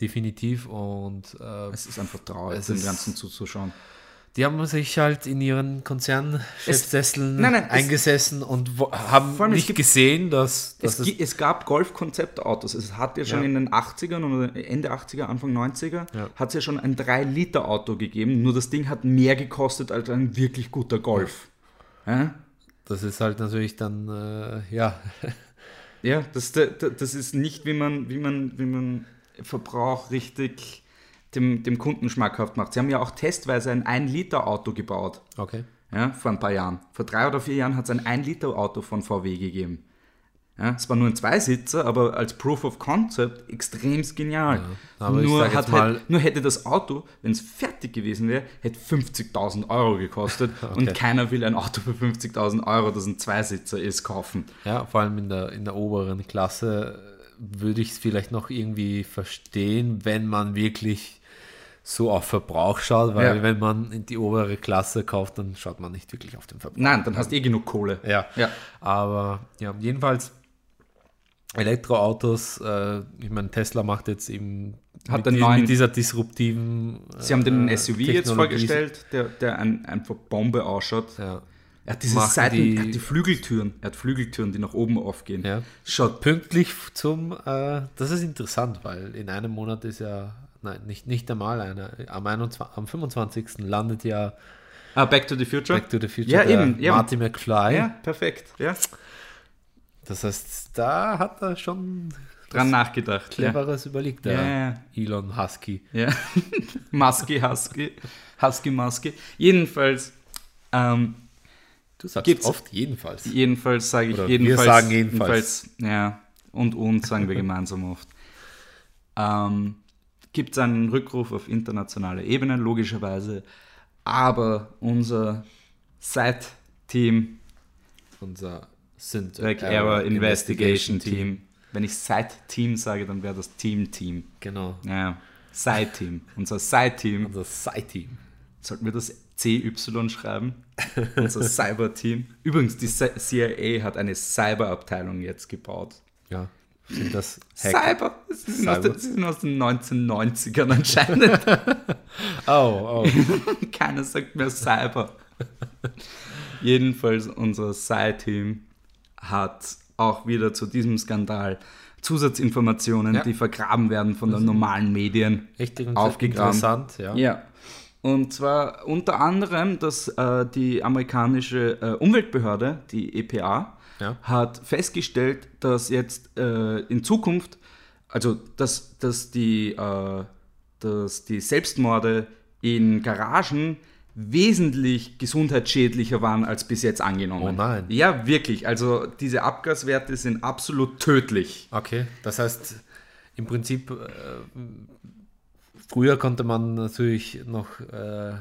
Speaker 1: definitiv. Und äh,
Speaker 3: es ist einfach traurig,
Speaker 1: Es
Speaker 3: dem
Speaker 1: ist-
Speaker 3: Ganzen zuzuschauen.
Speaker 1: die haben sich halt in ihren Konzernchefsesseln
Speaker 3: Nein, nein, es-
Speaker 1: eingesessen und wo, haben
Speaker 3: Vor allem, es
Speaker 1: nicht
Speaker 3: gibt-
Speaker 1: gesehen, dass, dass
Speaker 3: Es, gi- es gab Golf-Konzeptautos. Es hat ja schon
Speaker 1: Ja.
Speaker 3: in den 80ern oder Ende 80er, Anfang 90er,
Speaker 1: Ja.
Speaker 3: hat es ja schon ein 3-Liter-Auto gegeben. Nur das Ding hat mehr gekostet als ein wirklich guter Golf. Ja,
Speaker 1: das ist halt natürlich dann, äh, ja,
Speaker 3: ja das, da- da- das ist nicht, wie man, wie man, wie man Verbrauch richtig dem, dem Kunden schmackhaft macht. Sie haben ja auch testweise ein 1-Liter-Auto gebaut.
Speaker 1: okay.
Speaker 3: Ja, vor ein paar Jahren. Vor drei oder vier Jahren hat es ein 1-Liter-Auto von VW gegeben. Ja, es war nur ein Zweisitzer, aber als Proof of Concept extremst genial.
Speaker 1: aber ich
Speaker 3: nur,
Speaker 1: sag jetzt
Speaker 3: hat,
Speaker 1: mal-
Speaker 3: hätte- nur hätte das Auto, wenn es fertig gewesen wäre, hätte 50.000 Euro gekostet und keiner will ein Auto für 50.000 Euro, das ein Zweisitzer ist, kaufen.
Speaker 1: Ja, vor allem in der, in der oberen Klasse äh, würde ich es vielleicht noch irgendwie verstehen, wenn man wirklich so auf Verbrauch schaut, weil
Speaker 3: Ja.
Speaker 1: wenn man in die obere Klasse kauft, dann schaut man nicht wirklich auf den Verbrauch.
Speaker 3: Nein, dann hast du eh genug Kohle.
Speaker 1: Ja.
Speaker 3: Ja.
Speaker 1: Aber ja, jedenfalls Elektroautos, äh, ich meine, Tesla macht jetzt eben
Speaker 3: Hat
Speaker 1: mit,
Speaker 3: den
Speaker 1: die-
Speaker 3: neuen-
Speaker 1: mit dieser disruptiven.
Speaker 3: Sie haben den
Speaker 1: äh,
Speaker 3: SUV jetzt
Speaker 1: Technologie-
Speaker 3: vorgestellt, der, der ein, einfach Bombe ausschaut.
Speaker 1: Ja.
Speaker 3: Er hat diese
Speaker 1: Machen
Speaker 3: Seiten,
Speaker 1: die-
Speaker 3: er hat die Flügeltüren, er hat Flügeltüren, die nach oben aufgehen.
Speaker 1: Ja.
Speaker 3: Schaut
Speaker 1: Pünktlich zum, äh, das ist interessant, weil in einem Monat ist ja, nein, nicht, nicht einmal einer, am, 21, am 25. landet ja
Speaker 3: Ah, Back to the Future?
Speaker 1: Back to the Future
Speaker 3: Ja,
Speaker 1: der
Speaker 3: eben. Ja,
Speaker 1: Marty McFly.
Speaker 3: ja perfekt. Ja.
Speaker 1: Das heißt, da hat er schon
Speaker 3: Dran nachgedacht. Ja.
Speaker 1: Cleveres überlegt,
Speaker 3: Ja,
Speaker 1: der
Speaker 3: ja, ja.
Speaker 1: Elon Husky.
Speaker 3: ja. Maske, Husky, Husky, Maske. Jedenfalls, ähm,
Speaker 1: Du sagst
Speaker 3: Gibt's-
Speaker 1: oft jedenfalls.
Speaker 3: jedenfalls sage ich
Speaker 1: Oder wir
Speaker 3: jedenfalls.
Speaker 1: sagen jedenfalls.
Speaker 3: Ja, und und sagen wir gemeinsam oft. Ähm, Gibt es einen Rückruf auf internationaler Ebene, logischerweise. Aber unser Side-Team
Speaker 1: Unser Synth
Speaker 3: Black Error Investigation Team. Wenn ich Side-Team sage, dann wäre das Team-Team.
Speaker 1: Genau.
Speaker 3: Ja, Side-Team. Unser Side-Team.
Speaker 1: Unser Sci-Team.
Speaker 3: Sollten wir das CY schreiben? Unser Cyber-Team. Übrigens, die C- CIA hat eine Cyber-Abteilung jetzt gebaut.
Speaker 1: Ja. Sind das Hacker?
Speaker 3: Cyber. Sie sind, Aus
Speaker 1: Cyber.
Speaker 3: den, sie sind aus den 1990ern anscheinend.
Speaker 1: Oh, oh.
Speaker 3: Keiner sagt mehr Cyber. Jedenfalls unser Sci-Team hat auch wieder zu diesem Skandal Zusatzinformationen,
Speaker 1: Ja.
Speaker 3: die vergraben werden von den normalen Medien.
Speaker 1: Echt in-
Speaker 3: Aufgegraben.
Speaker 1: interessant, ja.
Speaker 3: Ja. Und zwar unter anderem, dass äh, die amerikanische äh, Umweltbehörde, die EPA,
Speaker 1: Ja.
Speaker 3: hat festgestellt, dass jetzt äh, in Zukunft, also dass, dass, die, äh, dass die Selbstmorde in Garagen wesentlich gesundheitsschädlicher waren als bis jetzt angenommen.
Speaker 1: Oh nein.
Speaker 3: Ja, wirklich. Also diese Abgaswerte sind absolut tödlich.
Speaker 1: Okay, das heißt, im Prinzip, äh, früher konnte man natürlich noch äh,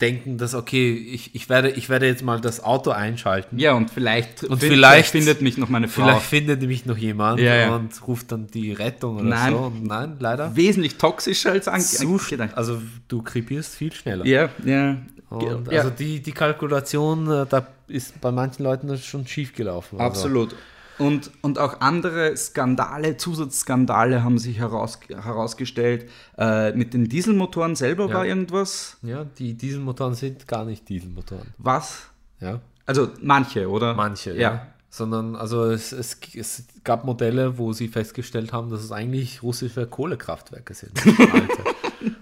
Speaker 1: denken, dass, okay, ich, ich, werde, ich werde jetzt mal das Auto einschalten.
Speaker 3: Ja, und vielleicht,
Speaker 1: Und vielleicht-
Speaker 3: findet mich noch meine Frau.
Speaker 1: Vielleicht findet nämlich noch jemand
Speaker 3: Ja, ja.
Speaker 1: und ruft dann die Rettung oder
Speaker 3: Nein.
Speaker 1: so. Und nein, leider.
Speaker 3: wesentlich toxischer als ange-
Speaker 1: Zu
Speaker 3: angedacht.
Speaker 1: also du krepierst viel schneller.
Speaker 3: Ja, ja.
Speaker 1: Und
Speaker 3: ja.
Speaker 1: Also die, die Kalkulation, äh, da ist bei manchen Leuten das schon schief gelaufen. Also,
Speaker 3: absolut. Und, und auch andere Skandale, Zusatzskandale haben sich heraus, herausgestellt. Äh, mit den Dieselmotoren selber war irgendwas.
Speaker 1: Ja, die Dieselmotoren sind gar nicht Dieselmotoren.
Speaker 3: Was?
Speaker 1: Ja,
Speaker 3: Also manche, oder?
Speaker 1: manche.
Speaker 3: Ja.
Speaker 1: Sondern also es, es, es gab Modelle, wo sie festgestellt haben, dass es eigentlich russische Kohlekraftwerke sind. Alte.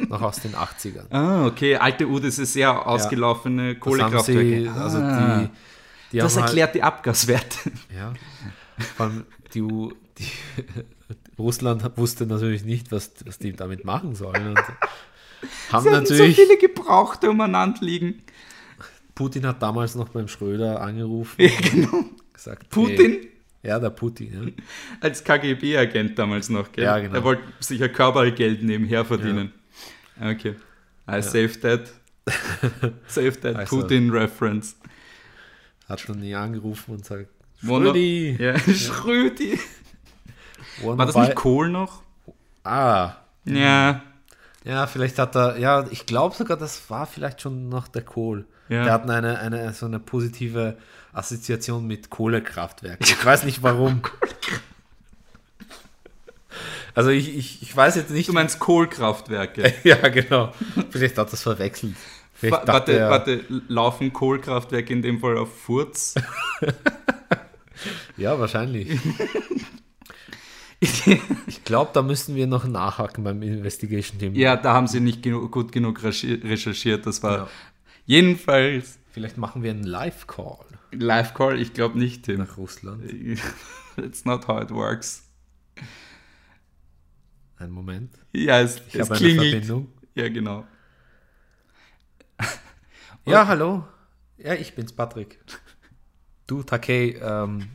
Speaker 1: Noch aus den 80ern.
Speaker 3: Ah, okay. Alte U, das ist sehr
Speaker 1: Das
Speaker 3: ausgelaufene
Speaker 1: haben
Speaker 3: Kohlekraftwerke.
Speaker 1: Sie, also
Speaker 3: Ah.
Speaker 1: die, die
Speaker 3: das
Speaker 1: haben halt-
Speaker 3: erklärt die Abgaswerte.
Speaker 1: Ja. Vor allem die, U- die Russland hat- wusste natürlich nicht, was, was die damit machen sollen. Und haben
Speaker 3: Sie haben so
Speaker 1: natürlich.
Speaker 3: viele Gebrauchte umeinander liegen.
Speaker 1: Putin hat damals noch beim Schröder angerufen.
Speaker 3: Ja, genau.
Speaker 1: Gesagt,
Speaker 3: Putin?
Speaker 1: Ey, ja, der Putin.
Speaker 3: Als KGB-Agent damals noch, gell?
Speaker 1: Ja, genau.
Speaker 3: Er wollte sicher Körpergeld nebenher verdienen. Okay. I saved that. Save that
Speaker 1: Also-
Speaker 3: Putin-Reference.
Speaker 1: Ja. Hat dann nie angerufen und sagt,
Speaker 3: Wunder-
Speaker 1: Schrödi,
Speaker 3: Ja, Schrödi.
Speaker 1: wanna
Speaker 3: War das
Speaker 1: buy-
Speaker 3: nicht Kohl noch?
Speaker 1: Ah,
Speaker 3: Ja.
Speaker 1: ja, vielleicht hat er, ja, ich glaube sogar, das war vielleicht schon noch der Kohl.
Speaker 3: Ja.
Speaker 1: Der hatten eine, eine, so eine positive Assoziation mit Kohlekraftwerken. Ich weiß nicht warum. Also ich, ich, ich weiß jetzt nicht.
Speaker 3: Du meinst Kohlkraftwerke.
Speaker 1: Ja, genau. Vielleicht hat das verwechselt. Vielleicht
Speaker 3: Wa-
Speaker 1: dachte
Speaker 3: Warte,
Speaker 1: er-
Speaker 3: warte, laufen Kohlkraftwerke in dem Fall auf Furz?
Speaker 1: Ja, wahrscheinlich. Ich glaube, da müssten wir noch nachhaken beim Investigation-Team.
Speaker 3: ja, da haben sie nicht genu gut genug recherchi- recherchiert. Das war
Speaker 1: Ja.
Speaker 3: jedenfalls
Speaker 1: Vielleicht machen wir einen Live-Call
Speaker 3: Live-Call. Ich glaube nicht, Tim.
Speaker 1: nach Russland.
Speaker 3: It's not how it works.
Speaker 1: Einen Moment.
Speaker 3: Ja, es,
Speaker 1: Ich
Speaker 3: es
Speaker 1: habe eine
Speaker 3: klingelt.
Speaker 1: Verbindung.
Speaker 3: Ja, genau.
Speaker 1: Ja, hallo. Ja, ich bin's, Patrick. Du, Takei, ähm,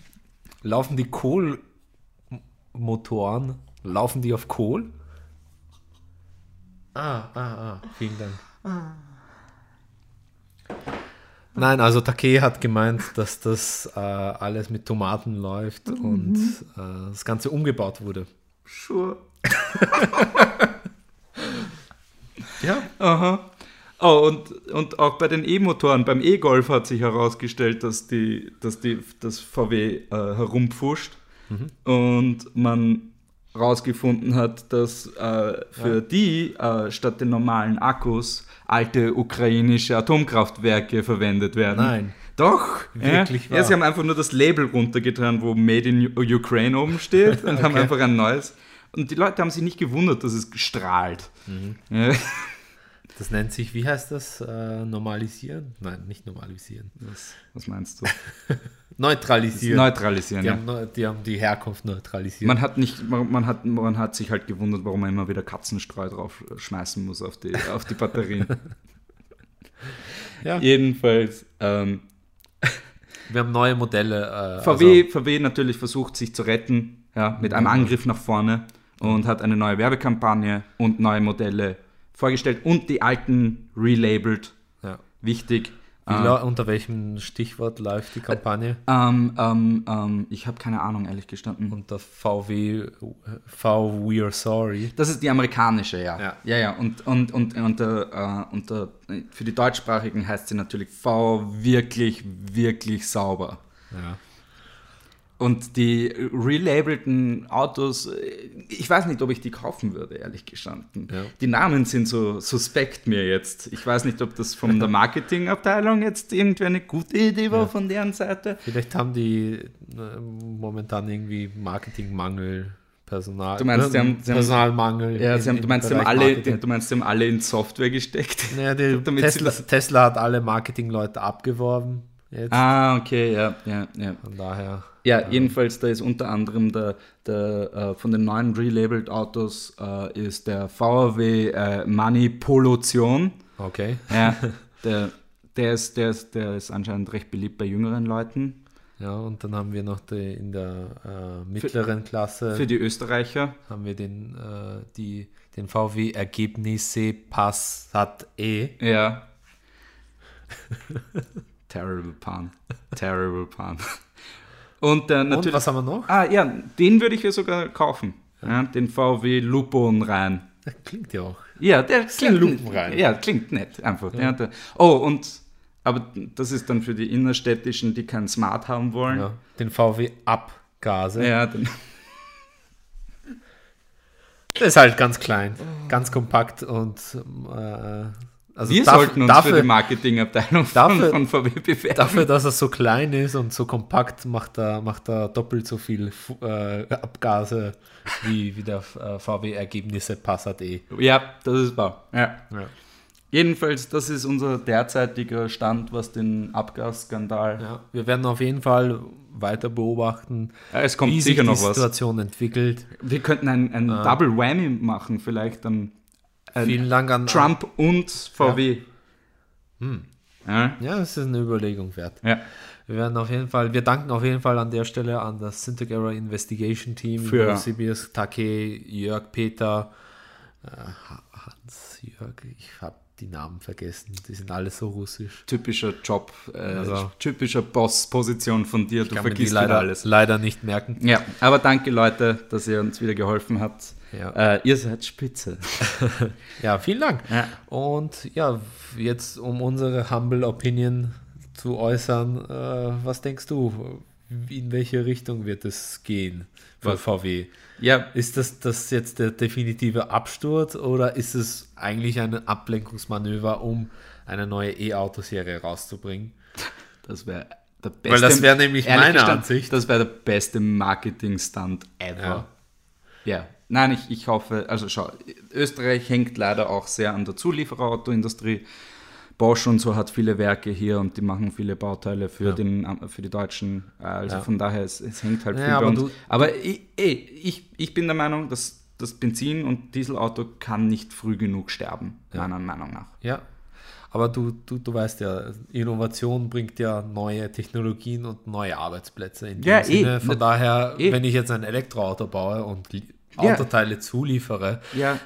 Speaker 1: laufen die Kohlmotoren, laufen die auf Kohl? Ah, ah, ah, vielen Dank. Ah. Nein, also Takei hat gemeint, dass das äh, alles mit Tomaten läuft und äh, das Ganze umgebaut wurde.
Speaker 3: Sure.
Speaker 1: Ja,
Speaker 3: Aha. Oh, und, und auch bei den E-Motoren, beim E-Golf hat sich herausgestellt, dass die, dass die das VW äh, herumpfuscht.
Speaker 1: Mhm.
Speaker 3: und man rausgefunden hat, dass äh, für die äh, statt den normalen Akkus alte ukrainische Atomkraftwerke verwendet werden.
Speaker 1: Nein.
Speaker 3: Doch,
Speaker 1: Wirklich
Speaker 3: ja.
Speaker 1: wahr.
Speaker 3: Ja, sie haben einfach nur das Label runtergetan, wo Made in U- Ukraine oben steht und haben einfach ein neues. Und die Leute haben sich nicht gewundert, dass es strahlt.
Speaker 1: Mhm.
Speaker 3: Ja.
Speaker 1: Das nennt sich, wie heißt das? Äh, normalisieren? Nein, nicht normalisieren.
Speaker 3: Was meinst du?
Speaker 1: Neutralisieren.
Speaker 3: Neutralisieren.
Speaker 1: die,
Speaker 3: Ja.
Speaker 1: haben, neu- die haben die Herkunft neutralisiert.
Speaker 3: Man hat nicht, man, man hat, man hat sich halt gewundert, warum man immer wieder Katzenstreu drauf äh, schmeißen muss auf die, auf die Batterien.
Speaker 1: Ja.
Speaker 3: Jedenfalls, ähm,
Speaker 1: Wir haben neue Modelle. Äh,
Speaker 3: VW,
Speaker 1: also-
Speaker 3: VW natürlich versucht, sich zu retten, ja, mit einem Angriff nach vorne und hat eine neue Werbekampagne und neue Modelle vorgestellt und die alten relabelt.
Speaker 1: ja.
Speaker 3: Wichtig.
Speaker 1: Wie
Speaker 3: Ähm,
Speaker 1: lau- unter welchem Stichwort läuft die Kampagne?
Speaker 3: ähm, ähm, ähm, ich habe keine Ahnung, ehrlich gestanden.
Speaker 1: Unter VW, V We Are Sorry.
Speaker 3: Das ist die amerikanische, ja.
Speaker 1: Ja.
Speaker 3: Ja, ja. Und, und, und, und, äh, und äh, für die deutschsprachigen heißt sie natürlich V wirklich, wirklich sauber.
Speaker 1: Ja.
Speaker 3: Und die relabelten Autos, äh, ich weiß nicht, ob ich die kaufen würde, ehrlich gestanden.
Speaker 1: Ja.
Speaker 3: Die Namen sind so suspekt mir jetzt. Ich weiß nicht, ob das von der Marketingabteilung jetzt irgendwie eine gute Idee war von deren Seite.
Speaker 1: Vielleicht haben die äh, momentan irgendwie Marketingmangel, Personal. ne,
Speaker 3: Du meinst, sie haben- sie haben-
Speaker 1: Personalmangel.
Speaker 3: Ja,
Speaker 1: in-
Speaker 3: sie haben, du,
Speaker 1: im
Speaker 3: meinst, sie haben
Speaker 1: Bereich
Speaker 3: alle,
Speaker 1: Marketing.
Speaker 3: du meinst, sie haben alle in Software gesteckt?
Speaker 1: Naja, die
Speaker 3: Damit sie
Speaker 1: Tesla,
Speaker 3: das-
Speaker 1: Tesla hat alle Marketingleute abgeworben. Jetzt.
Speaker 3: Ah, okay, ja, ja, ja.
Speaker 1: Von daher.
Speaker 3: Ja, jedenfalls, da ist unter anderem der, der äh, von den neuen relabeled Autos äh, ist der VW äh, Manipulation.
Speaker 1: Okay.
Speaker 3: Ja, der, der, ist, der, ist, der ist anscheinend recht beliebt bei jüngeren Leuten.
Speaker 1: Ja, und dann haben wir noch die, in der äh, mittleren Klasse
Speaker 3: Für die Österreicher.
Speaker 1: haben wir den, äh, die, den VW Ergebnisse Passat E.
Speaker 3: Ja. Terrible Pan. Terrible Pan. Und der
Speaker 1: Und
Speaker 3: natürlich.
Speaker 1: was haben wir noch?
Speaker 3: Ah ja, den würde ich ja sogar kaufen. Ja, den VW Lupon rein.
Speaker 1: Das klingt ja auch.
Speaker 3: Ja, der klingt
Speaker 1: Lupen rein.
Speaker 3: Ja, klingt nett, einfach. Ja. der, oh, und aber das ist dann für die Innerstädtischen, die kein Smart haben wollen.
Speaker 1: Ja. Den VW Abgase.
Speaker 3: Ja, dann,
Speaker 1: Der ist halt ganz klein, ganz kompakt und äh, also
Speaker 3: wir
Speaker 1: darf-
Speaker 3: sollten uns für die Marketingabteilung von,
Speaker 1: dafür-
Speaker 3: von VW bewerben.
Speaker 1: Dafür, dass er so klein ist und so kompakt, macht er, macht er doppelt so viel Fu- äh, Abgase wie, wie der äh, VW-Ergebnisse Passat E.
Speaker 3: Ja, das ist wahr. Ja.
Speaker 1: Ja.
Speaker 3: Jedenfalls, das ist unser derzeitiger Stand, was den Abgasskandal.
Speaker 1: Ja, wir werden auf jeden Fall weiter beobachten,
Speaker 3: Ja, es kommt
Speaker 1: wie sich
Speaker 3: sicher
Speaker 1: die
Speaker 3: noch was.
Speaker 1: Situation entwickelt.
Speaker 3: Wir könnten ein, ein Double Whammy machen, vielleicht dann ein
Speaker 1: Vielen Dank an
Speaker 3: Trump und VW. Hm. Ja.
Speaker 1: Ja, es ist eine Überlegung wert.
Speaker 3: ja.
Speaker 1: Wir werden auf jeden Fall, wir danken auf jeden Fall an der Stelle an das Syntec Error Investigation Team,
Speaker 3: Für-
Speaker 1: Sibius, Take, Jörg, Peter, äh, Hans, Jörg, ich habe die Namen vergessen, die sind alle so russisch.
Speaker 3: typischer Job, äh,
Speaker 1: Also-
Speaker 3: typischer Boss-Position von dir. Du
Speaker 1: Ich kann mir die
Speaker 3: vergisst
Speaker 1: leider,
Speaker 3: wieder alles.
Speaker 1: leider nicht merken.
Speaker 3: Ja, aber danke Leute, dass ihr uns wieder geholfen habt.
Speaker 1: Ja.
Speaker 3: Äh, ihr seid spitze.
Speaker 1: Ja, vielen Dank.
Speaker 3: Ja.
Speaker 1: Und ja, jetzt um unsere Humble Opinion zu äußern, äh, was denkst du, in welche Richtung wird es gehen für VW?
Speaker 3: ja,
Speaker 1: Ist das, das jetzt der definitive Absturz oder ist es eigentlich ein Ablenkungsmanöver, um eine neue E-Auto-Serie rauszubringen?
Speaker 3: das wäre der beste.
Speaker 1: Weil das wäre nämlich
Speaker 3: ehrlich
Speaker 1: meine
Speaker 3: gestanden,
Speaker 1: Ansicht.
Speaker 3: Das wäre der beste Marketing-Stunt ever. Ja. Nein, ich, ich hoffe, also schau, Österreich hängt leider auch sehr an der Zuliefererautoindustrie. Bosch und so hat viele Werke hier und die machen viele Bauteile für, den, äh, für die Deutschen. Also von daher, es, es hängt halt
Speaker 1: Ja,
Speaker 3: viel bei
Speaker 1: aber
Speaker 3: uns.
Speaker 1: du-
Speaker 3: aber ich, ey, ich, ich bin der Meinung, dass das Benzin- und Dieselauto kann nicht früh genug sterben, meiner Meinung nach.
Speaker 1: Ja. Aber du, du, du weißt ja, Innovation bringt ja neue Technologien und neue Arbeitsplätze. In dem
Speaker 3: Ja, eh.
Speaker 1: Sinne. Von
Speaker 3: Na-
Speaker 1: daher,
Speaker 3: eh.
Speaker 1: wenn ich jetzt ein Elektroauto baue und li-
Speaker 3: Ja.
Speaker 1: Autoteile zuliefere,
Speaker 3: Ja,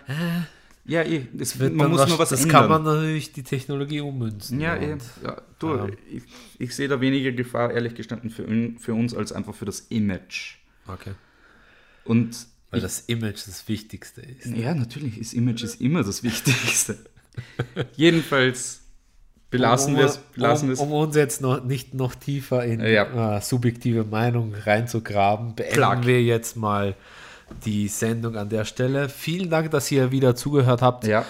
Speaker 3: ja eh, es,
Speaker 1: wird
Speaker 3: man
Speaker 1: dann
Speaker 3: muss
Speaker 1: was,
Speaker 3: nur was
Speaker 1: das
Speaker 3: ändern.
Speaker 1: kann man natürlich die Technologie ummünzen.
Speaker 3: Ja, eh.
Speaker 1: Und
Speaker 3: ja, du, ich, ich sehe da weniger Gefahr, ehrlich gestanden, für, un- für uns als einfach für das Image.
Speaker 1: Okay.
Speaker 3: Und
Speaker 1: Weil das Image das Wichtigste ist.
Speaker 3: ja, natürlich, das Image ist immer das Wichtigste. Jedenfalls, Belassen
Speaker 1: um,
Speaker 3: wir es. Belassen
Speaker 1: um,
Speaker 3: wir's.
Speaker 1: um uns jetzt noch nicht noch tiefer in
Speaker 3: Ja.
Speaker 1: äh, subjektive Meinung reinzugraben, beenden
Speaker 3: Plug.
Speaker 1: wir jetzt mal die Sendung an der Stelle. Vielen Dank, dass ihr wieder zugehört habt.
Speaker 3: Ja.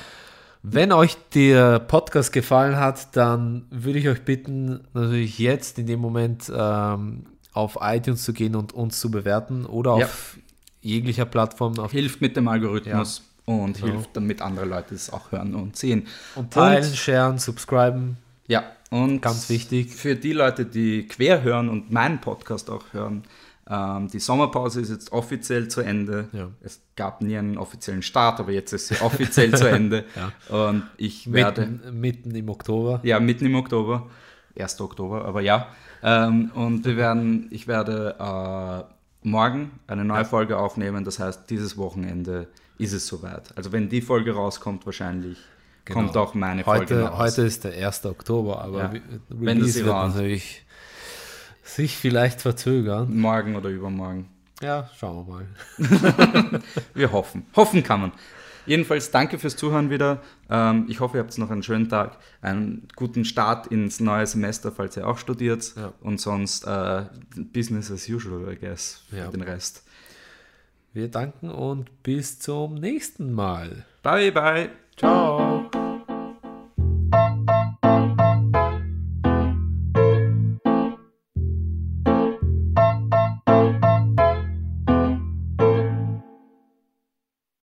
Speaker 1: Wenn euch der Podcast gefallen hat, dann würde ich euch bitten, natürlich jetzt in dem Moment ähm, auf iTunes zu gehen und uns zu bewerten oder
Speaker 3: Ja.
Speaker 1: auf jeglicher Plattform. Auf
Speaker 3: Hilft mit dem Algorithmus und hilft, damit andere Leute es auch hören und sehen.
Speaker 1: und teilen, sharen, subscriben.
Speaker 3: Ja, und
Speaker 1: Ganz wichtig.
Speaker 3: Für die Leute, die quer hören und meinen Podcast auch hören, ähm, die Sommerpause ist jetzt offiziell zu Ende.
Speaker 1: Ja.
Speaker 3: Es gab nie einen offiziellen Start, aber jetzt ist sie offiziell zu Ende. Und ich werde.
Speaker 1: Mitten, mitten im Oktober.
Speaker 3: Ja, mitten im Oktober. 1. Oktober, aber ja. Ähm, und wir werden, ich werde äh, morgen eine neue Folge aufnehmen. Das heißt, dieses Wochenende ist es soweit. Also wenn die Folge rauskommt, wahrscheinlich kommt auch meine Folge
Speaker 1: Genau. Heute,
Speaker 3: raus.
Speaker 1: heute ist der 1. Oktober, aber
Speaker 3: Ja.
Speaker 1: wi-
Speaker 3: Wenn das
Speaker 1: Release wird
Speaker 3: Iran-
Speaker 1: natürlich sich vielleicht verzögern.
Speaker 3: Morgen oder übermorgen.
Speaker 1: Ja, schauen wir mal.
Speaker 3: Wir hoffen. Hoffen kann man. Jedenfalls danke fürs Zuhören wieder. Ähm, ich hoffe, ihr habt noch einen schönen Tag, einen guten Start ins neue Semester, falls ihr auch studiert.
Speaker 1: Ja.
Speaker 3: Und sonst äh, Business as usual, I guess, für
Speaker 1: Ja.
Speaker 3: den Rest.
Speaker 1: Wir danken und bis zum nächsten Mal.
Speaker 3: Bye, bye.